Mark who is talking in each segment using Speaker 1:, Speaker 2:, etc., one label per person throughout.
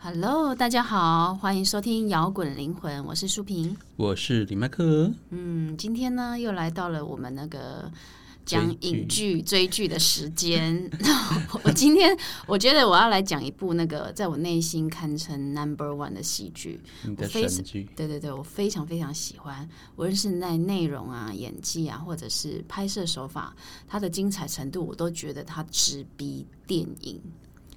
Speaker 1: Hello，大家好，欢迎收听《摇滚灵魂》，我是舒平。
Speaker 2: 我是李麦克。
Speaker 1: 嗯，今天呢又来到了我们那个讲影剧追剧的时间。 我今天我觉得我要来讲一部那个在我内心堪称 number one 的戏剧。
Speaker 2: 你的
Speaker 1: 非
Speaker 2: 神剧
Speaker 1: 对对对，我非常非常喜欢，无论是在内容啊、演技啊，或者是拍摄手法，它的精彩程度，我都觉得它直逼电影。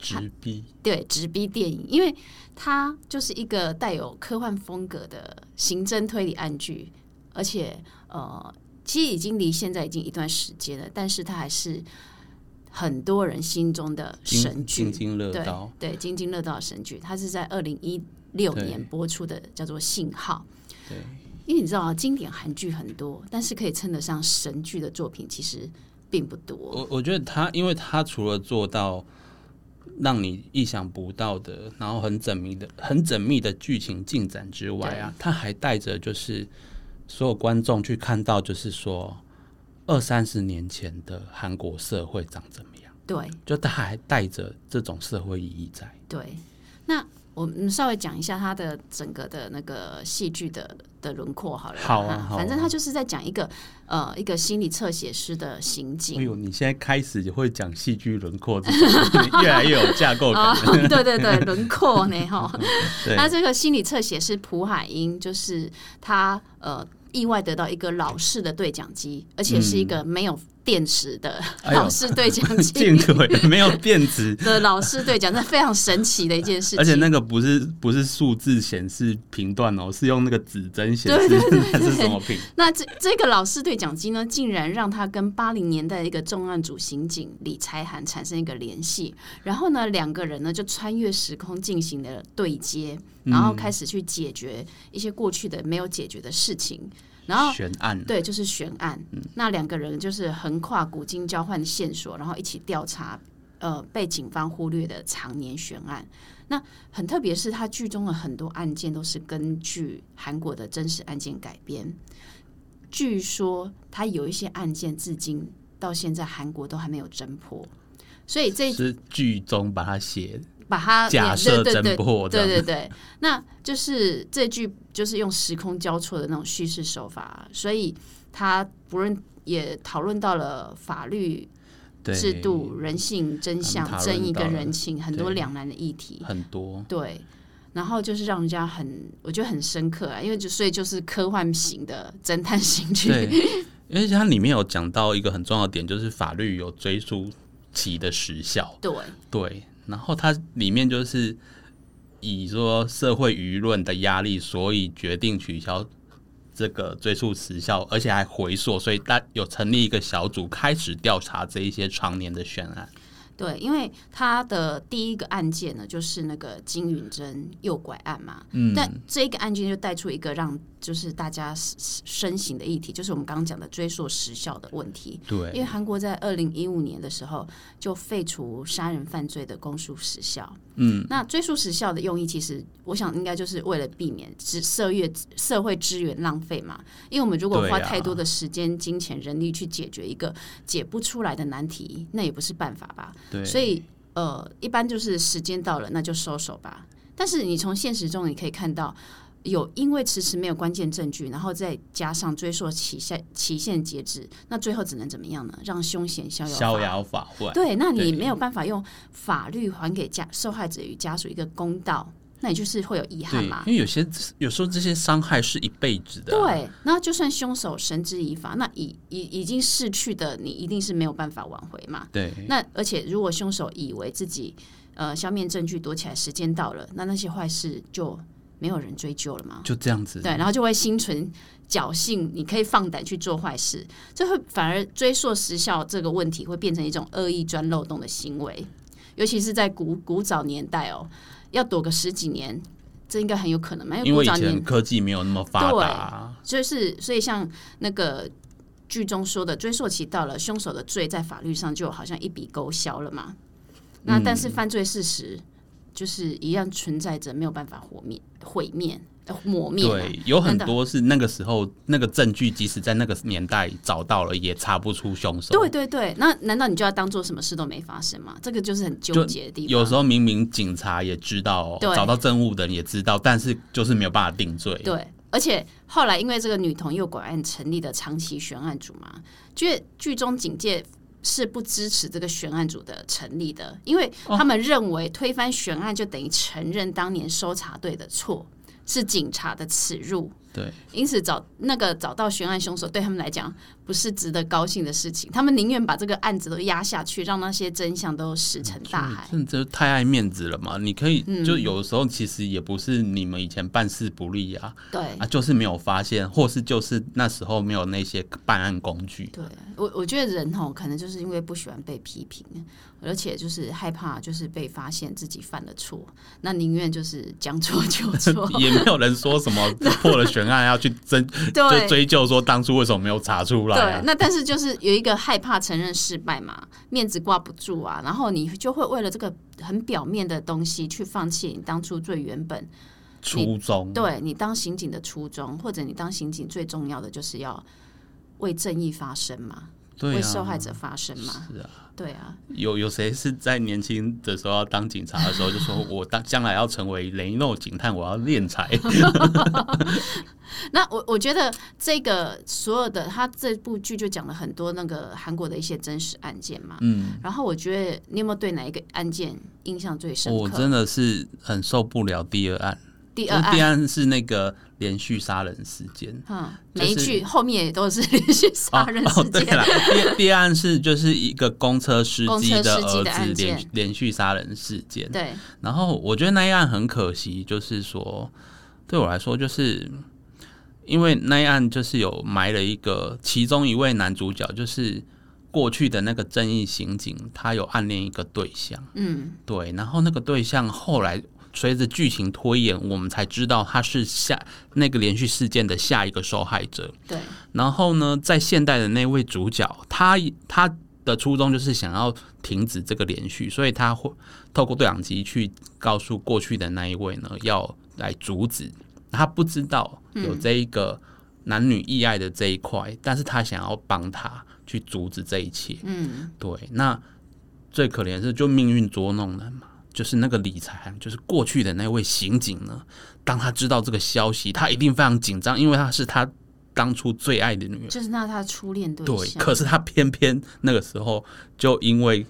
Speaker 2: 直逼，
Speaker 1: 对，直逼电影，因为它就是一个带有科幻风格的刑侦推理暗剧，而且呃，其实已经离现在已经一段时间了，但是它还是很多人心中的神
Speaker 2: 津
Speaker 1: 剧，
Speaker 2: 津津乐
Speaker 1: 对
Speaker 2: 道。
Speaker 1: 对，津津乐道的神剧，它是在二零一六
Speaker 2: 对
Speaker 1: 年播出的，叫做《信号》。
Speaker 2: 对，
Speaker 1: 因为你知道啊，经典韩剧很多，但是可以称得上神剧的作品其实并不多。
Speaker 2: 我我觉得他，因为他除了做到让你意想不到的，然后很缜密的、很缜密的剧情进展之外啊，他还带着就是所有观众去看到，就是说二三十年前的韩国社会长怎么样，
Speaker 1: 对
Speaker 2: 就他还带着这种社会意义在。
Speaker 1: 对，那我们稍微讲一下它的整个的那个戏剧的的轮廓好了。
Speaker 2: 好啊
Speaker 1: 哈
Speaker 2: 好啊
Speaker 1: 反正它就是在讲一个呃一个心理侧写师的行
Speaker 2: 哎
Speaker 1: 径。
Speaker 2: 呦，你现在开始会讲戏剧轮廓这种， 你越来越有架构
Speaker 1: 啊、
Speaker 2: 感。
Speaker 1: 对对对，轮廓呢哈。
Speaker 2: 对，
Speaker 1: 那这个心理侧写师朴海英，就是他呃意外得到一个老式的对讲机，而且是一个没有电池的
Speaker 2: 哎呦
Speaker 1: 老式对讲 机。
Speaker 2: 见鬼，没有电 子，
Speaker 1: 的老师对讲，这非常神奇的一件事情。
Speaker 2: 而且那个不是不是数字显示频段哦，是用那个指针显
Speaker 1: 对
Speaker 2: 示
Speaker 1: 对对
Speaker 2: 那是什么频。
Speaker 1: 那这这个老师对讲机呢，竟然让他跟八零年代的一个重案组刑警李才涵产生一个联系，然后呢，两个人呢就穿越时空进行了对接，然后开始去解决一些过去的没有解决的事情，然后。
Speaker 2: 悬案，
Speaker 1: 对，就是悬案。
Speaker 2: 嗯
Speaker 1: 那两个人就是横跨古今交换线索，然后一起调查呃被警方忽略的常年悬案。那很特别是，它剧中的很多案件都是根据韩国的真实案件改编。据说，它有一些案件至今到现在韩国都还没有侦破，所以这
Speaker 2: 是剧中把它写
Speaker 1: 把它
Speaker 2: 假设
Speaker 1: 对对对
Speaker 2: 侦破
Speaker 1: 对
Speaker 2: 的。
Speaker 1: 对对，那就是这句就是用时空交错的那种叙事手法，所以他不论也讨论到了法律
Speaker 2: 对，
Speaker 1: 制度、人性、真
Speaker 2: 我
Speaker 1: 相、
Speaker 2: 嗯们讨
Speaker 1: 正
Speaker 2: 论
Speaker 1: 义
Speaker 2: 到
Speaker 1: 跟
Speaker 2: 了
Speaker 1: 人情很多
Speaker 2: 对哦
Speaker 1: 两难的议题。
Speaker 2: 很 多。
Speaker 1: 对，然后就是让人家很我觉得很深刻啊，因为就所以就是科幻型的侦探型剧。
Speaker 2: 对，因为它里面有讲到一个很重要的点，就是法律有追溯期的时效。
Speaker 1: 对
Speaker 2: 对，然后它里面就是以说社会舆论的压力，所以决定取消这个追溯时效，而且还回溯，所以大有成立一个小组开始调查这一些常年的悬案。
Speaker 1: 对，因为他的第一个案件呢，就是那个金允珍诱拐案嘛。嗯，但这一个案件就带出一个让就是大家深省的议题，就是我们刚刚讲的追溯时效的问题。因
Speaker 2: 对，
Speaker 1: 为韩国在二零一五年的时候就废除杀人犯罪的公诉时效。嗯，那追诉时效的用意，其实我想应该就是为了避免只社月社会资源浪费嘛。因为我们如果
Speaker 2: 对
Speaker 1: 花
Speaker 2: 呀
Speaker 1: 太多的时间、金钱、人力去解决一个解不出来的难题，那也不是办法吧。
Speaker 2: 对，
Speaker 1: 所以呃，一般就是时间到了，那就收手吧。但是你从现实中你可以看到，有因为迟迟没有关键证据，然后再加上追溯期限期限截止，那最后只能怎么样呢？让凶险逍遥。
Speaker 2: 逍。遥法外。
Speaker 1: 对，那你
Speaker 2: 对
Speaker 1: 没有办法用法律还给家受害者与家属一个公道，那你就是会有遗憾
Speaker 2: 对，
Speaker 1: 嘛
Speaker 2: 因。为有些有时候这些伤害是一辈子的啊、
Speaker 1: 对，那就算凶手绳之以法，那已已已经逝去的你，一定是没有办法挽回嘛。
Speaker 2: 对，
Speaker 1: 那而且如果凶手以为自己呃消灭证据躲起来，时间到了，那那些坏事就没有人追究了嘛？
Speaker 2: 就这样子。
Speaker 1: 对，然后就会心存侥幸，你可以放胆去做坏事，这会反而追溯时效这个问题会变成一种恶意钻漏洞的行为，尤其是在古古早年代哦，要躲个十几年，这应该很有可能嘛？因为
Speaker 2: 因
Speaker 1: 古
Speaker 2: 为以
Speaker 1: 早年
Speaker 2: 前科技没有那么发达啊、
Speaker 1: 就是所以像那个剧中说的，追溯期到了，凶手的罪在法律上就好像一笔勾销了嘛。
Speaker 2: 嗯
Speaker 1: 那但是犯罪事实就是一样存在着，没有办法毁灭毁灭。呃抹灭啊。
Speaker 2: 对，有很
Speaker 1: 真的
Speaker 2: 多是那个时候那个证据，即使在那个年代找到了，也查不出凶手。
Speaker 1: 对对对，那难道你就要当做什么事都没发生吗？这个就是很纠
Speaker 2: 就
Speaker 1: 结的地方。
Speaker 2: 有时候明明警察也知道，哦
Speaker 1: 对
Speaker 2: 找到证物的人也知道，但是就是没有办法定罪。
Speaker 1: 对，而且后来因为这个女童诱拐案成立的长期悬案组嘛，剧剧中警界是不支持这个悬案组的成立的，因为他们认为推翻悬案就等于承认当年搜查队的错，是警察的耻辱。
Speaker 2: 对，
Speaker 1: 因此找那个找到悬案凶手对他们来讲不是值得高兴的事情，他们宁愿把这个案子都压下去，让那些真相都石沉大海。嗯
Speaker 2: 这这太爱面子了嘛！你可以就有时候其实也不是你们以前办事不力啊，
Speaker 1: 对，
Speaker 2: 啊，就是没有发现，或是就是那时候没有那些办案工具。
Speaker 1: 对我，我觉得人吼，可能就是因为不喜欢被批评，而且就是害怕就是被发现自己犯了错，那宁愿就是将错 就错。
Speaker 2: 也没有人说 什么破了悬案要去争，就
Speaker 1: 对
Speaker 2: 追究说当初为什么没有查出来、
Speaker 1: 对
Speaker 2: 啊，。
Speaker 1: 那但是就是有一个害怕承认失败嘛，面子挂不住啊，然后你就会为了这个很表面的东西去放弃你当初最原本
Speaker 2: 初衷
Speaker 1: 对你当刑警的初衷，或者你当刑警最重要的就是要为正义发声嘛，
Speaker 2: 对
Speaker 1: 为
Speaker 2: 啊，
Speaker 1: 受害者发声嘛，
Speaker 2: 是啊。
Speaker 1: 对啊，
Speaker 2: 有有谁是在年轻的时候要当警察的时候就说我当将来要成为雷诺警探，我要练财？
Speaker 1: 那我我觉得这个所有的他这部剧就讲了很多那个韩国的一些真实案件嘛，
Speaker 2: 嗯，
Speaker 1: 然后我觉得你有没有对哪一个案件印象最深
Speaker 2: 我
Speaker 1: 刻？
Speaker 2: 真的是很受不了第二案，
Speaker 1: 第二案
Speaker 2: 第，二案是那个连续杀人事件。
Speaker 1: 嗯，
Speaker 2: 就是
Speaker 1: 每一句后面也都是 连续杀人
Speaker 2: 哦
Speaker 1: 事
Speaker 2: 哦，对
Speaker 1: 件，
Speaker 2: 了，第第二案是就是一个公车司
Speaker 1: 公
Speaker 2: 机
Speaker 1: 车
Speaker 2: 的
Speaker 1: 司机
Speaker 2: 儿
Speaker 1: 的案
Speaker 2: 子
Speaker 1: 件
Speaker 2: 连连续杀人事件，
Speaker 1: 对
Speaker 2: 然后我觉得那一案很可惜，就是说对我来说，就是因为那一案就是有埋了一个，其中一位男主角就是过去的那个正义刑警，他有暗恋一个对象，
Speaker 1: 嗯，
Speaker 2: 对，然后那个对象后来。随着剧情推演，我们才知道他是下那个连续事件的下一个受害者。
Speaker 1: 对
Speaker 2: 然后呢，在现代的那位主角，他他的初衷就是想要停止这个连续，所以他会透过对讲机去告诉过去的那一位呢，要来阻止。他不知道有这一个男女意爱的这一块，但是他想要帮他去阻止这一切。
Speaker 1: 嗯，
Speaker 2: 对，那最可怜的是就命运捉弄人嘛，就是那个理财，就是过去的那位刑警呢，当他知道这个消息，他一定非常紧张，因为他是他当初最爱的女人。
Speaker 1: 就是那他初恋对
Speaker 2: 对，
Speaker 1: 象，
Speaker 2: 可是他偏偏那个时候就因为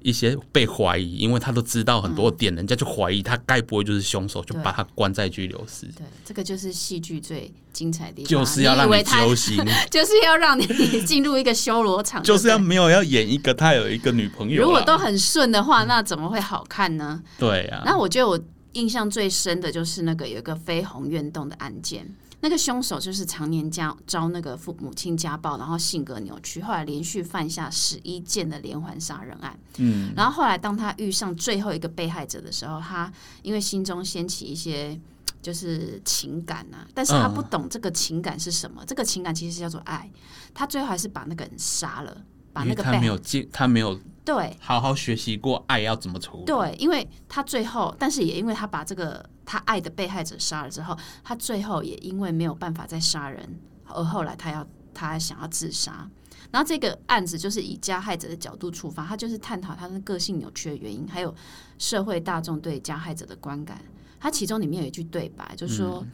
Speaker 2: 一些被怀疑，因为他都知道很多点，人家就怀疑他该不会就是凶手，就
Speaker 1: 嗯对
Speaker 2: 把他关在拘留室，
Speaker 1: 对，这个就是戏剧最精彩的地方，
Speaker 2: 就是要让
Speaker 1: 啊你以
Speaker 2: 你
Speaker 1: 为他
Speaker 2: 揪心，
Speaker 1: 就是要让你进入一个修罗场，
Speaker 2: 就是要
Speaker 1: 对不对
Speaker 2: 没有要演一个他有一个女朋友啦，啊
Speaker 1: 如果都很顺的话，那怎么会好看呢？
Speaker 2: 对啊，
Speaker 1: 那我觉得我印象最深的就是那个有一个飞鸿运动的案件，那个凶手就是常年家遭那个父母亲家暴，然后性格扭曲，后来连续犯下十一件的连环杀人案。
Speaker 2: 嗯，
Speaker 1: 然后后来当他遇上最后一个被害者的时候，他因为心中掀起一些。就是情感啊，但是他
Speaker 2: 嗯
Speaker 1: 不懂这个情感是什么。这个情感其实叫做爱，他最后还是把那个人杀了，把
Speaker 2: 因
Speaker 1: 那
Speaker 2: 为
Speaker 1: 个
Speaker 2: 他
Speaker 1: 被
Speaker 2: 没有进，他没有
Speaker 1: 对
Speaker 2: 好好学习过爱要怎么处理。
Speaker 1: 对，因为他最后，但是也因为他把这个他爱的被害者杀了之后，他最后也因为没有办法再杀人，而后来他要他想要自杀。然后这个案子就是以加害者的角度出发，他就是探讨他的个性扭曲的原因，还有社会大众对加害者的观感。他其中里面有一句对白，就说、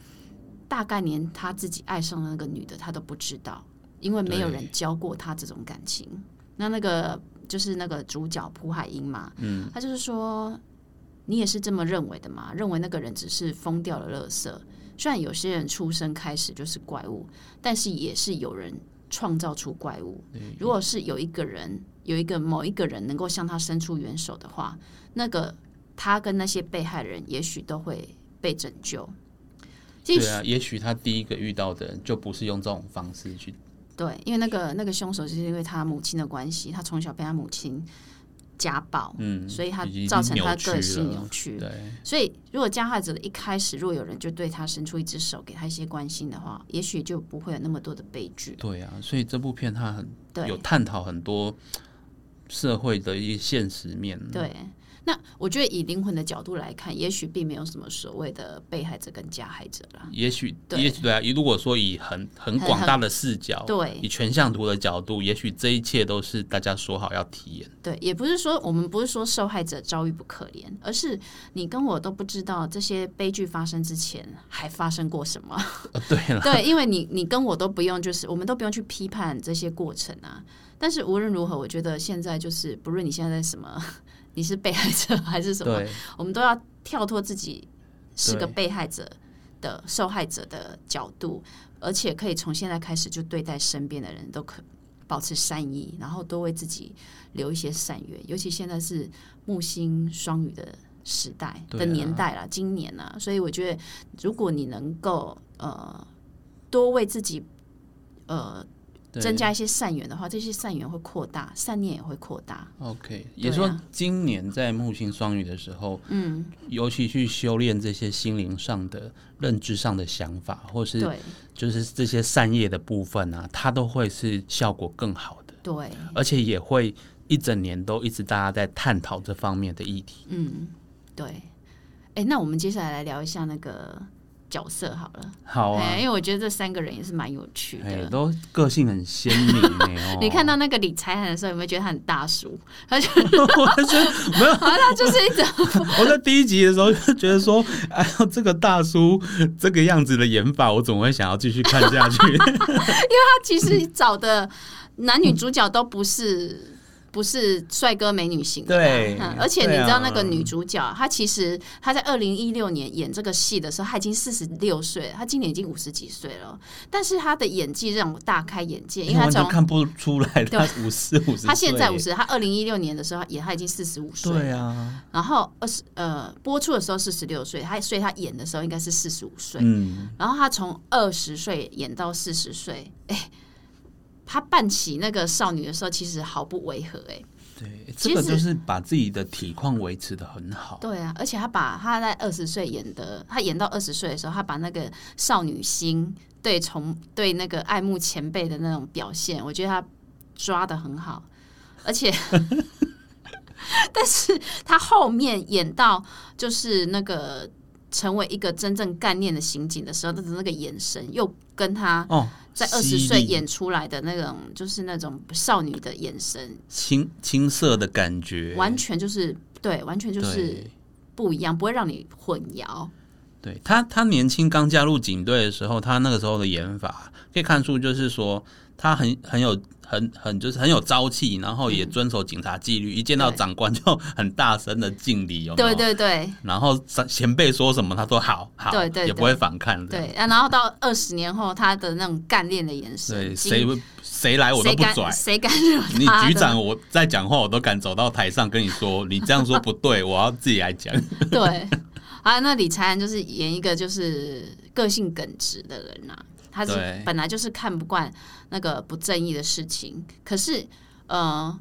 Speaker 1: 大概连他自己爱上的那个女的，他都不知道，因为没有
Speaker 2: 对
Speaker 1: 人教过他这种感情。那那个就是那个主角朴海英嘛，嗯，他就是说，你也是这么认为的嘛？认为那个人只是疯掉了垃圾。虽然有些人出生开始就是怪物，但是也是有人创造出怪物。
Speaker 2: 嗯
Speaker 1: 如果是有一个人，有一个某一个人能够向他伸出援手的话，那个他跟那些被害人也许都会被拯救。其
Speaker 2: 对
Speaker 1: 实
Speaker 2: 啊，也许他第一个遇到的人就不是用这种方式去，
Speaker 1: 对，因为那个那个凶手就是因为他母亲的关系，他从小被他母亲家暴，
Speaker 2: 嗯，
Speaker 1: 所以他
Speaker 2: 已经
Speaker 1: 造成他
Speaker 2: 扭曲
Speaker 1: 个性
Speaker 2: 了
Speaker 1: 扭曲。
Speaker 2: 对，
Speaker 1: 所以，如果加害者的一开始，如果有人就对他伸出一只手，给他一些关心的话，也许就不会有那么多的悲剧。
Speaker 2: 对啊，所以这部片它很
Speaker 1: 对
Speaker 2: 有探讨很多社会的一些现实面。
Speaker 1: 对，那我觉得以灵魂的角度来看，也许并没有什么所谓的被害者跟加害者啦。
Speaker 2: 也许，
Speaker 1: 对
Speaker 2: 也许对啊。以如果说以很很
Speaker 1: 很
Speaker 2: 广大的视角，
Speaker 1: 对
Speaker 2: 以全像图的角度，也许这一切都是大家说好要体 验。
Speaker 1: 对，也不是说我们不是说受害者遭遇不可怜，而是你跟我都不知道这些悲剧发生之前还发生过什么。
Speaker 2: 呃对了，
Speaker 1: 对，因为你你跟我都不用，就是我们都不用去批判这些过程啊。但是无论如何，我觉得现在就是不论你现在在什么， 你是被害者还是什么，
Speaker 2: 对，
Speaker 1: 我们都要跳脱自己是个
Speaker 2: 对
Speaker 1: 被害者的受害者的角度，而且可以从现在开始就对待身边的人都可保持善意，然后多为自己留一些善缘。尤其现在是木星双鱼的时代的
Speaker 2: 对啊
Speaker 1: 年代啦，今年啦，所以我觉得如果你能够呃多为自己呃
Speaker 2: 对
Speaker 1: 增加一些善缘的话，这些善缘会扩大，善念也会扩大。
Speaker 2: OK，也说今年在木星双鱼的时候，嗯，尤其去修炼这些心灵上的、认知上的想法，或是
Speaker 1: 对
Speaker 2: 就是这些善业的部分啊，它都会是效果更好的，
Speaker 1: 对，
Speaker 2: 而且也会一整年都一直大家在探讨这方面的议题。
Speaker 1: 嗯，对。哎，那我们接下来来聊一下那个角色好了，
Speaker 2: 好啊
Speaker 1: 哎，，因为我觉得这三个人也是蛮有趣
Speaker 2: 哎，
Speaker 1: 的。。
Speaker 2: 都个性很鲜明哎、
Speaker 1: 啊
Speaker 2: 哦
Speaker 1: 你看到那个理财汉的时候，有没有觉得他很大 叔？他就
Speaker 2: 我觉得没有，
Speaker 1: 好像他就是一种
Speaker 2: 我在第一集的时候就觉得说，哎呦，这个大叔这个样子的演法，我总会想要继续看下去。
Speaker 1: 他其实找的男女主角都不是。不是帅哥美女型的啦，
Speaker 2: 对啊
Speaker 1: 嗯而且
Speaker 2: 对
Speaker 1: 你
Speaker 2: 啊
Speaker 1: 知道那个女主角，她其实她在二零一六年演这个戏的时候，她已经四十六岁了，她今年已经五十几岁了，但是她的演技让我大开眼界，因为她
Speaker 2: 完全
Speaker 1: 从
Speaker 2: 看不出来他五四五十，
Speaker 1: 他现在五，十，他二零一六年的时候也他已经四十五岁，
Speaker 2: 对啊，
Speaker 1: 然后二十呃播出的时候四十六岁，他所以他演的时候应该是四十五岁，
Speaker 2: 嗯，
Speaker 1: 然后他从二十岁演到四十岁，哎、他扮起那个少女的时候其实毫不违和、哎，
Speaker 2: 对，
Speaker 1: 其
Speaker 2: 这
Speaker 1: 实
Speaker 2: 个就是把自己的体况维持的很好，
Speaker 1: 对啊，而且他把他在二十岁演的，他演到二十岁的时候，他把那个少女心对从对那个爱慕前辈的那种表现，我觉得他抓的很好，而且， 但是他后面演到就是那个成为一个真正干练的刑警的时候，他的那个眼神又跟他
Speaker 2: 哦，
Speaker 1: 啊在二
Speaker 2: 犀
Speaker 1: 十
Speaker 2: 利
Speaker 1: 岁演出来的那种就是那种少女的眼神，
Speaker 2: 青青涩的感觉，
Speaker 1: 完全就是对，完全就是
Speaker 2: 对。
Speaker 1: 不一样，不会让你混淆。
Speaker 2: 对他，他年轻刚加入警队的时候，他那个时候的演法可以看出，就是说他很很有很很就是很有朝气，然后
Speaker 1: 嗯
Speaker 2: 也遵守警察纪律，一见到
Speaker 1: 对
Speaker 2: 长官就很大声的敬礼，有没有
Speaker 1: 对对对
Speaker 2: 然后长前辈说什么，他说好好，
Speaker 1: 对对
Speaker 2: 也不会反抗的。
Speaker 1: 对，啊然后到二十年后，他的那种干练的眼神，
Speaker 2: 对，
Speaker 1: 惊
Speaker 2: 谁会谁来我都
Speaker 1: 谁
Speaker 2: 不
Speaker 1: 敢
Speaker 2: 拽，
Speaker 1: 谁敢惹
Speaker 2: 你
Speaker 1: 他的
Speaker 2: 局长，我在讲话，我都敢走到台上跟你说，你这样说不对，我要自己来讲。
Speaker 1: 对啊，那李才安就是演一个就是个性耿直的人呐、他是
Speaker 2: 对
Speaker 1: 本来就是看不惯那个不正义的事情，可是呃，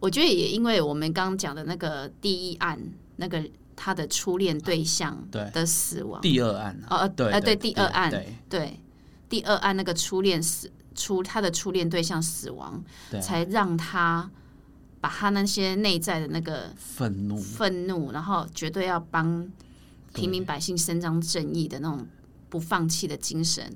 Speaker 1: 我觉得也因为我们刚刚讲的那个第一案，那个他的初恋对象
Speaker 2: 对
Speaker 1: 的死亡，
Speaker 2: 第二案
Speaker 1: 哦
Speaker 2: 啊，
Speaker 1: 呃
Speaker 2: 对
Speaker 1: 呃
Speaker 2: 对
Speaker 1: 对第二案
Speaker 2: 对
Speaker 1: 对，第二案那个初恋死初他的初恋对象死亡，
Speaker 2: 对，啊
Speaker 1: 才让他把他那些内在的那个
Speaker 2: 愤怒，
Speaker 1: 愤怒，然后绝对要帮平民百姓伸张正义的那种不放弃的精神。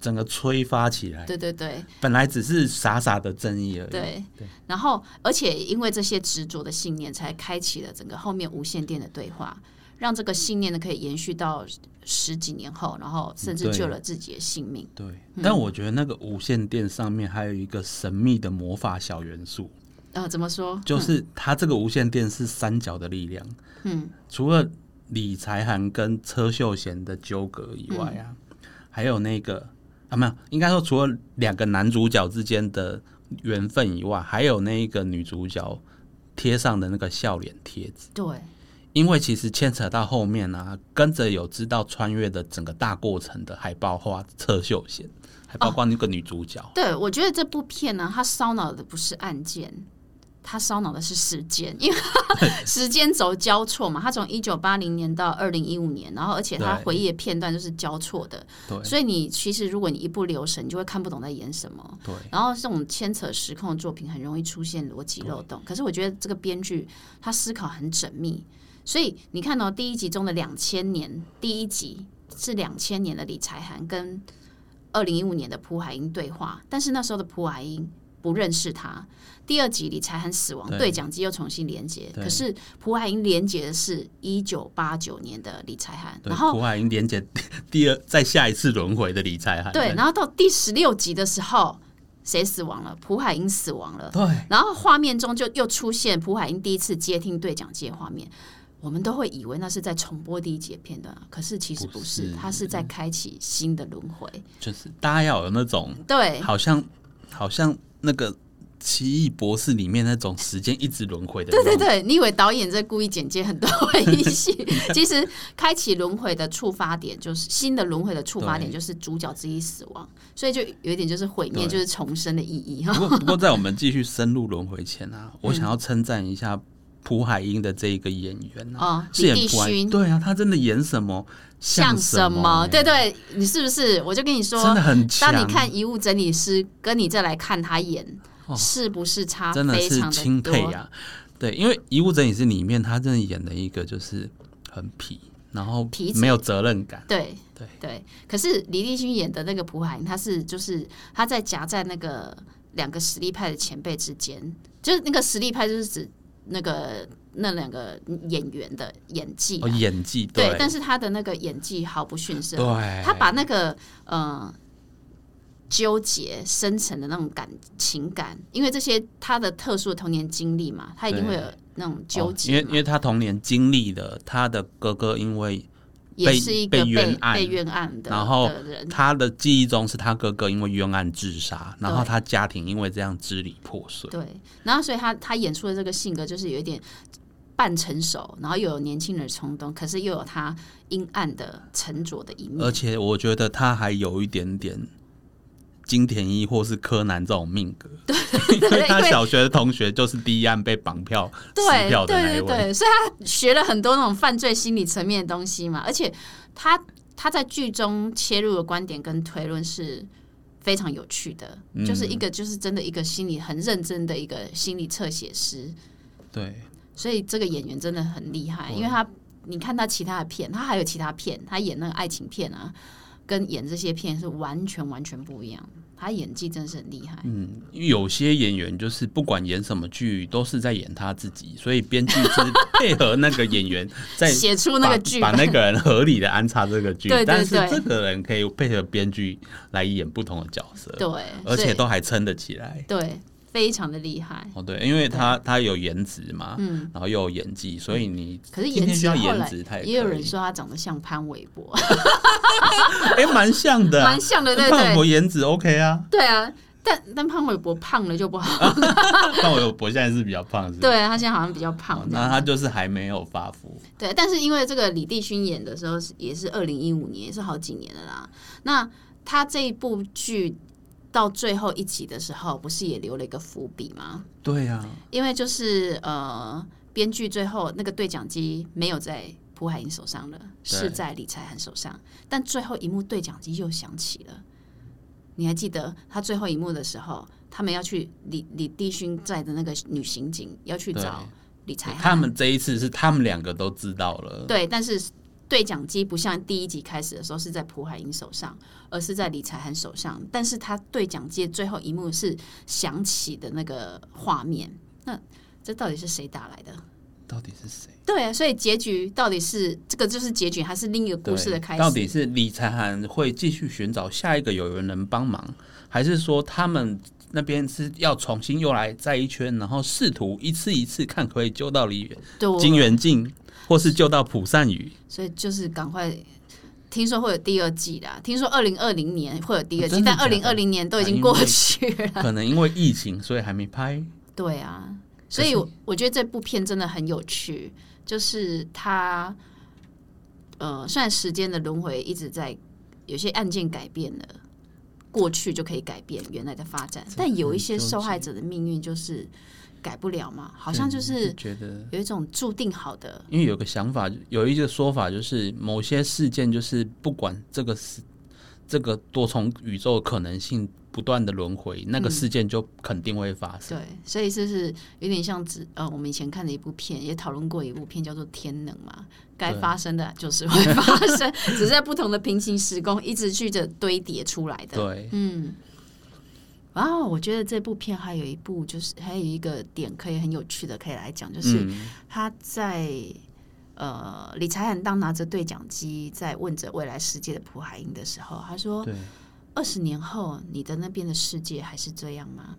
Speaker 2: 整个催发起来。
Speaker 1: 对对对
Speaker 2: 本来只是傻傻的正义而已，
Speaker 1: 对
Speaker 2: 对，
Speaker 1: 然后而且因为这些执着的信念，才开启了整个后面无线电的对话。让这个信念呢可以延续到十几年后，然后甚至
Speaker 2: 对
Speaker 1: 救了自己的性命。
Speaker 2: 对。但我觉得那个无线电上面还有一个神秘的魔法小元素，
Speaker 1: 呃，怎么说？
Speaker 2: 就是它这个无线电是三角的力量。嗯，除了理财函跟车秀贤的纠葛以外啊，还有那个啊，没有，应该说除了两个男主角之间的缘分以外，还有那一个女主角贴上的那个笑脸贴纸。
Speaker 1: 对
Speaker 2: 因为其实牵扯到后面啊，跟着有知道穿越的整个大过程的海报画车秀贤，还包括那个女主角，
Speaker 1: 对，我觉得这部片呢，它烧脑的不是案件，他烧脑的是时间，因为他 时间轴交错嘛。他从一九八零年到二零一五年，然后而且他
Speaker 2: 对
Speaker 1: 回忆的片段就是交错的，
Speaker 2: 对
Speaker 1: 所以你其实如果你一不留神，你就会看不懂在演什么。
Speaker 2: 对，
Speaker 1: 然后这种牵扯时空的作品很容易出现逻辑漏洞。可是我觉得这个编剧他思考很缜密，所以你看哦，第一集中的两千年第一集是两千年的李才涵跟二零一五年的蒲海英对话，但是那时候的蒲海英。不认识他。第二集李才涵死亡，
Speaker 2: 对
Speaker 1: 对讲机又重新连接，
Speaker 2: 对
Speaker 1: 可是蒲海英连接的是一九八九年的李才涵，
Speaker 2: 对
Speaker 1: 然后
Speaker 2: 胡海英连接第二再下一次轮回的理财还
Speaker 1: 对，然后到第十六集的时候，谁死亡了？蒲海英死亡了。
Speaker 2: 对
Speaker 1: 然后画面中就又出现蒲海英第一次接听对讲机的画面，我们都会以为那是在重播第一集的片段，啊可是其实不
Speaker 2: 不
Speaker 1: 是，
Speaker 2: 是
Speaker 1: 它是在开启新的轮回。
Speaker 2: 就是大家要有那种
Speaker 1: 对，
Speaker 2: 好像好像那个奇异博士里面那种时间一直轮回的那
Speaker 1: 对
Speaker 2: 种，
Speaker 1: 对对，你以为导演在故意剪接很多回忆 戏，其实开启轮回的触发点就是新的轮回的触发点
Speaker 2: 对
Speaker 1: 就是主角之一死亡，所以就有一点就是毁灭，
Speaker 2: 对
Speaker 1: 就是重生的意义哈。
Speaker 2: 不过，不过在我们继续深入轮回前
Speaker 1: 嗯
Speaker 2: 啊，我想要称赞一下蒲海英的这一个演员啊，
Speaker 1: 哦，
Speaker 2: 饰
Speaker 1: 李帝
Speaker 2: 演蒲海
Speaker 1: 勋
Speaker 2: 对啊，他真的演什么
Speaker 1: 像
Speaker 2: 什
Speaker 1: 什么？
Speaker 2: 欸
Speaker 1: 对，对，你是不是？我就跟你说，
Speaker 2: 真的很强。
Speaker 1: 当你看遗物整理师，跟你再来看他演，
Speaker 2: 哦
Speaker 1: 是不是差
Speaker 2: 真的
Speaker 1: 非
Speaker 2: 是
Speaker 1: 常
Speaker 2: 钦
Speaker 1: 的
Speaker 2: 佩
Speaker 1: 多？
Speaker 2: 啊！对，因为《遗物整理师》里面，他真的演了一个就是很痞，然后
Speaker 1: 痞子
Speaker 2: 没有责任感，
Speaker 1: 对
Speaker 2: 对
Speaker 1: 对，可是李立勋演的那个蒲海英，他是就是他在夹在那个两个实力派的前辈之间，就是那个实力派就是指那个那两个演员的演技啊、
Speaker 2: 哦，演技
Speaker 1: 对，啊但
Speaker 2: 对
Speaker 1: 是他的那个演技毫不逊色，
Speaker 2: 对
Speaker 1: 他把那个呃纠结深层的那种感情感，因为这些他的特殊的童年经历嘛，他一定会有那种纠
Speaker 2: 哦因为
Speaker 1: 结嘛、
Speaker 2: 因为他童年经历了他的哥哥，因为
Speaker 1: 也
Speaker 2: 被
Speaker 1: 是一个被
Speaker 2: 被冤案
Speaker 1: 被冤案的
Speaker 2: 然后
Speaker 1: 的人，
Speaker 2: 他的记忆中是他哥哥因为冤案自杀，然后
Speaker 1: 嗯对
Speaker 2: 他家庭因为这样支离破碎。
Speaker 1: 对，然后所以他他演出的这个性格就是有一点半成熟，然后又有年轻人的冲动，可是又有他阴暗的沉着的一面，
Speaker 2: 而且我觉得他还有一点点金田一或是柯南这种命 格，因为他
Speaker 1: 因为
Speaker 2: 小学的同学就是第一案被绑票撕
Speaker 1: 对
Speaker 2: 票的那一
Speaker 1: 对对
Speaker 2: 位，
Speaker 1: 对，所以他学了很多那种犯罪心理层面的东西嘛，而且他他在剧中切入的观点跟推论是非常有趣的，
Speaker 2: 嗯
Speaker 1: 就是一个就是真的一个心理很认真的一个心理侧写师，
Speaker 2: 对
Speaker 1: 所以这个演员真的很厉害，因为他你看他其他的片，他还有其他片，他演那个爱情片啊，跟演这些片是完全完全不一样，他演技真的是很厉害。
Speaker 2: 嗯，因为有些演员就是不管演什么剧都是在演他自己，所以编剧是配合那个演员在
Speaker 1: 写出那个剧
Speaker 2: 把
Speaker 1: 本，
Speaker 2: 把那个人合理的安插这个 剧，
Speaker 1: 对对
Speaker 2: 但是
Speaker 1: 对
Speaker 2: 这个人可以配合编剧来演不同的角色，
Speaker 1: 对，
Speaker 2: 而
Speaker 1: 所
Speaker 2: 且
Speaker 1: 以
Speaker 2: 都还撑得起来。
Speaker 1: 对，非常的厉害。
Speaker 2: 哦，对，因为他他有颜值嘛，
Speaker 1: 嗯
Speaker 2: 然后又有演技，所以你
Speaker 1: 可是
Speaker 2: 今
Speaker 1: 颜
Speaker 2: 天需
Speaker 1: 值
Speaker 2: 要
Speaker 1: 后
Speaker 2: 颜
Speaker 1: 来
Speaker 2: 值，他
Speaker 1: 也有
Speaker 2: 可
Speaker 1: 人
Speaker 2: 以
Speaker 1: 说他长得像潘玮柏，
Speaker 2: 哎，蛮像的啊
Speaker 1: 蛮，像的，对不
Speaker 2: 看
Speaker 1: 对？
Speaker 2: 我颜值 OK 啊，
Speaker 1: 对啊，但但潘玮柏胖了就不好，
Speaker 2: 但我我现在是比较胖，是不是。
Speaker 1: 对啊他现在好像比较
Speaker 2: 哦
Speaker 1: 胖这
Speaker 2: 那
Speaker 1: 样。
Speaker 2: 他就是还没有发福，
Speaker 1: 对，但是因为这个李帝勋演的时候是也是二零一五年，也是好几年了啦。那他这一部剧到最后一集的时候，不是也留了一个伏笔吗？
Speaker 2: 对呀、啊，
Speaker 1: 因为就是呃，编剧最后那个对讲机没有在蒲海英手上了，是在李才涵手上。但最后一幕对讲机又响起了，你还记得他最后一幕的时候，他们要去李李帝勋在的那个女刑警要去
Speaker 2: 对
Speaker 1: 找李才涵，
Speaker 2: 他们这一次是他们两个都知道了，
Speaker 1: 对，但是对讲机不像第一集开始的时候是在蒲海英手上，而是在李才涵手上。但是他对讲机最后一幕是响起的那个画面，那这到底是谁打来的？
Speaker 2: 到底是谁？
Speaker 1: 对啊，所以结局到底是这个就是结局，还是另一个故事的
Speaker 2: 对
Speaker 1: 开始？
Speaker 2: 到底是李才涵会继续寻找下一个有人能帮忙，还是说他们那边是要重新又来再一圈，然后试图一次一次看可不可以救到李
Speaker 1: 对，
Speaker 2: 金元镜，或是救到蒲善宇？
Speaker 1: 所以就是赶快。听说会有第二季啦，听说二零二零年会有第二季，
Speaker 2: 哦真的
Speaker 1: 但二零
Speaker 2: 假
Speaker 1: 二
Speaker 2: 的
Speaker 1: 零年都已
Speaker 2: 啊
Speaker 1: 经
Speaker 2: 因
Speaker 1: 过
Speaker 2: 为
Speaker 1: 去了。
Speaker 2: 可能因为疫情，所以还没拍。
Speaker 1: 对啊，
Speaker 2: 可
Speaker 1: 所以
Speaker 2: 是
Speaker 1: 我我觉得这部片真的很有趣，就是它，呃，虽然时间的轮回一直在，有些案件改变了，过去就可以改变原来的发展，但有一些受害者的命运就是改不了嘛，好像就是
Speaker 2: 嗯觉得，
Speaker 1: 有一种注定好的，
Speaker 2: 因为有个想法，有一个说法就是，某些事件就是不管这个是这个多重宇宙可能性不断的轮回，那
Speaker 1: 嗯
Speaker 2: 个事件就肯定会发生。
Speaker 1: 对，所以就是有点像只呃，我们以前看的一部片，也讨论过一部片叫做《天能》嘛，该
Speaker 2: 对
Speaker 1: 发生的就是会发生， 只是在不同的平行时空一直去着堆叠出来的。
Speaker 2: 对，
Speaker 1: 嗯，然后我觉得这部片还有一部就是还有一个点可以很有趣的可以来讲，就是
Speaker 2: 嗯
Speaker 1: 他在、呃理查坦当拿着对讲机在问着未来世界的普海因的时候，他说
Speaker 2: 对，：“
Speaker 1: 二十年后你的那边的世界还是这样吗？”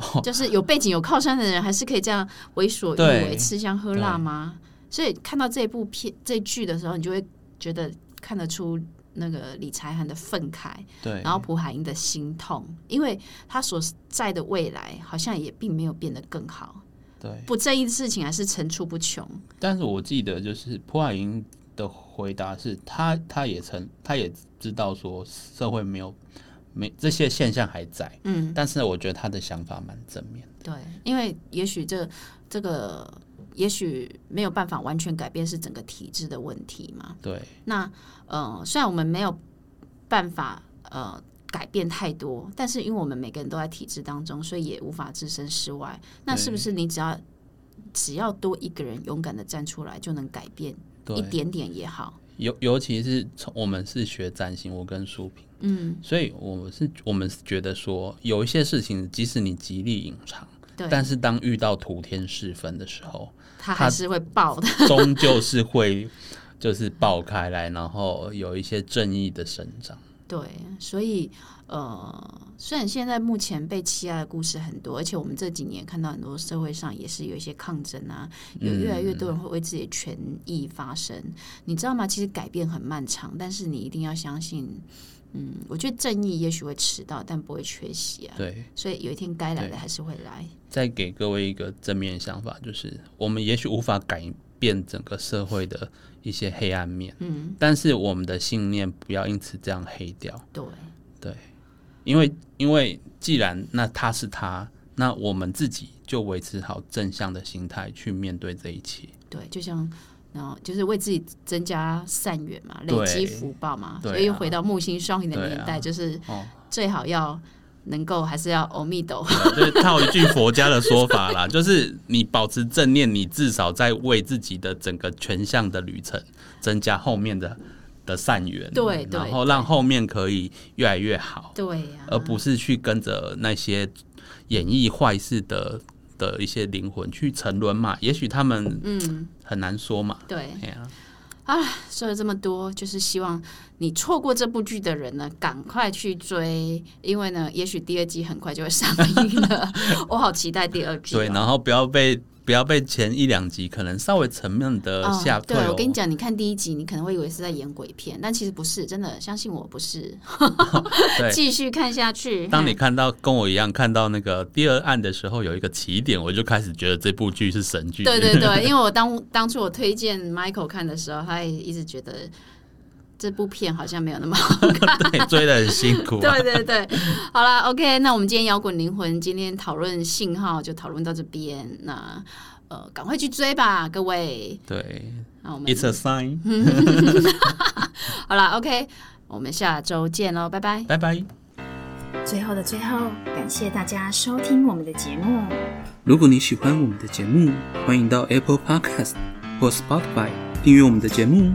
Speaker 2: 哦
Speaker 1: 就是有背景、有靠山的人，还是可以这样为所欲为、
Speaker 2: 对
Speaker 1: 吃香喝辣吗？所以看到这部片、这剧的时候，你就会觉得看得出那个理财涵的愤慨，
Speaker 2: 对，
Speaker 1: 然后朴海英的心痛，因为他所在的未来好像也并没有变得更好，
Speaker 2: 对。
Speaker 1: 不正义的事情还是层出不穷。
Speaker 2: 但是我记得就是朴海英的回答是他，他也曾他也知道说社会没有没这些现象还在，
Speaker 1: 嗯，
Speaker 2: 但是我觉得他的想法蛮正面的。
Speaker 1: 对，因为也许这这个也许没有办法完全改变是整个体制的问题嘛，
Speaker 2: 对，
Speaker 1: 那呃，虽然我们没有办法呃改变太多，但是因为我们每个人都在体制当中，所以也无法置身事外。那是不
Speaker 2: 对
Speaker 1: 是你只要只要多一个人勇敢的站出来，就能改变一
Speaker 2: 对，
Speaker 1: 点点也好？
Speaker 2: 尤尤其是从我们是学占星，我跟苏平，
Speaker 1: 嗯，
Speaker 2: 所以我们是我们是觉得说有一些事情，即使你极力隐藏，
Speaker 1: 对，
Speaker 2: 但是当遇到图天是分的时候，
Speaker 1: 他
Speaker 2: 他
Speaker 1: 还是会 爆的。
Speaker 2: 终究是会就是爆开来，然后有一些正义的生长。
Speaker 1: 对，所以呃，虽然现在目前被欺压的故事很多，而且我们这几年看到很多社会上也是有一些抗争啊，有越来越多人会为自己的权益发声，你知道吗？其实改变很漫长，但是你一定要相信，嗯，我觉得正义也许会迟到，但不会缺席啊。
Speaker 2: 对，
Speaker 1: 所以有一天该来的
Speaker 2: 对
Speaker 1: 还是会来，
Speaker 2: 再给各位一个正面想法，就是我们也许无法改变整个社会的一些黑暗面，
Speaker 1: 嗯，
Speaker 2: 但是我们的信念不要因此这样黑掉，
Speaker 1: 对，
Speaker 2: 因为因为既然那他是他，那我们自己就维持好正向的心态去面对这一切。
Speaker 1: 对，就像。然后就是为自己增加善缘嘛，累
Speaker 2: 对
Speaker 1: 积福报嘛，
Speaker 2: 对
Speaker 1: 所以又
Speaker 2: 啊
Speaker 1: 回到木星双鱼的
Speaker 2: 对
Speaker 1: 年
Speaker 2: 啊
Speaker 1: 代，就是
Speaker 2: 哦，
Speaker 1: 最好要能够还是要阿弥陀佛。
Speaker 2: 就是套一句佛家的说法啦， 就是你保持正念，你至少在为自己的整个全项的旅程增加后面的的善缘，
Speaker 1: 对对
Speaker 2: 然后让后面可以越来越好。
Speaker 1: 对呀、
Speaker 2: 而不是去跟着那些演绎坏事的的一些灵魂去沉沦嘛。也许他们
Speaker 1: 嗯，
Speaker 2: 很难说嘛。
Speaker 1: 对，
Speaker 2: 哎呀，
Speaker 1: 说了这么多，就是希望你错过这部剧的人呢，赶快去追，因为呢，也许第二季很快就会上映了， 我好期待第二季、哦。
Speaker 2: 对，然后不要被不要被前一两集可能稍微沉闷的
Speaker 1: 哦
Speaker 2: 吓退、
Speaker 1: 对，
Speaker 2: 哦
Speaker 1: 我跟你讲，你看第一集，你可能会以为是在演鬼片，但其实不是，真的，相信我不是。
Speaker 2: 对
Speaker 1: 继续看下去。
Speaker 2: 当你
Speaker 1: 嗯
Speaker 2: 看到跟我一样看到那个第二案的时候，有一个起点，我就开始觉得这部剧是神剧。
Speaker 1: 对对对，因为我当当初我推荐 Michael 看的时候，他也一直觉得这部片好像没有那么 好
Speaker 2: 对，追的很辛苦、啊。
Speaker 1: 对对对，好啦 o、k 那我们今天摇滚灵魂今天讨论信号就讨论到这边，那呃，赶快去追吧，各位。
Speaker 2: 对
Speaker 1: 那我们嗯
Speaker 2: ，It's a sign。
Speaker 1: 好啦 o、k 我们下周见喽，拜拜。
Speaker 2: 拜拜。
Speaker 3: 最后的最后，感谢大家收听我们的节目。
Speaker 2: 如果你喜欢我们的节目，欢迎到 Apple Podcast 或 Spotify 订阅我们的节目哦，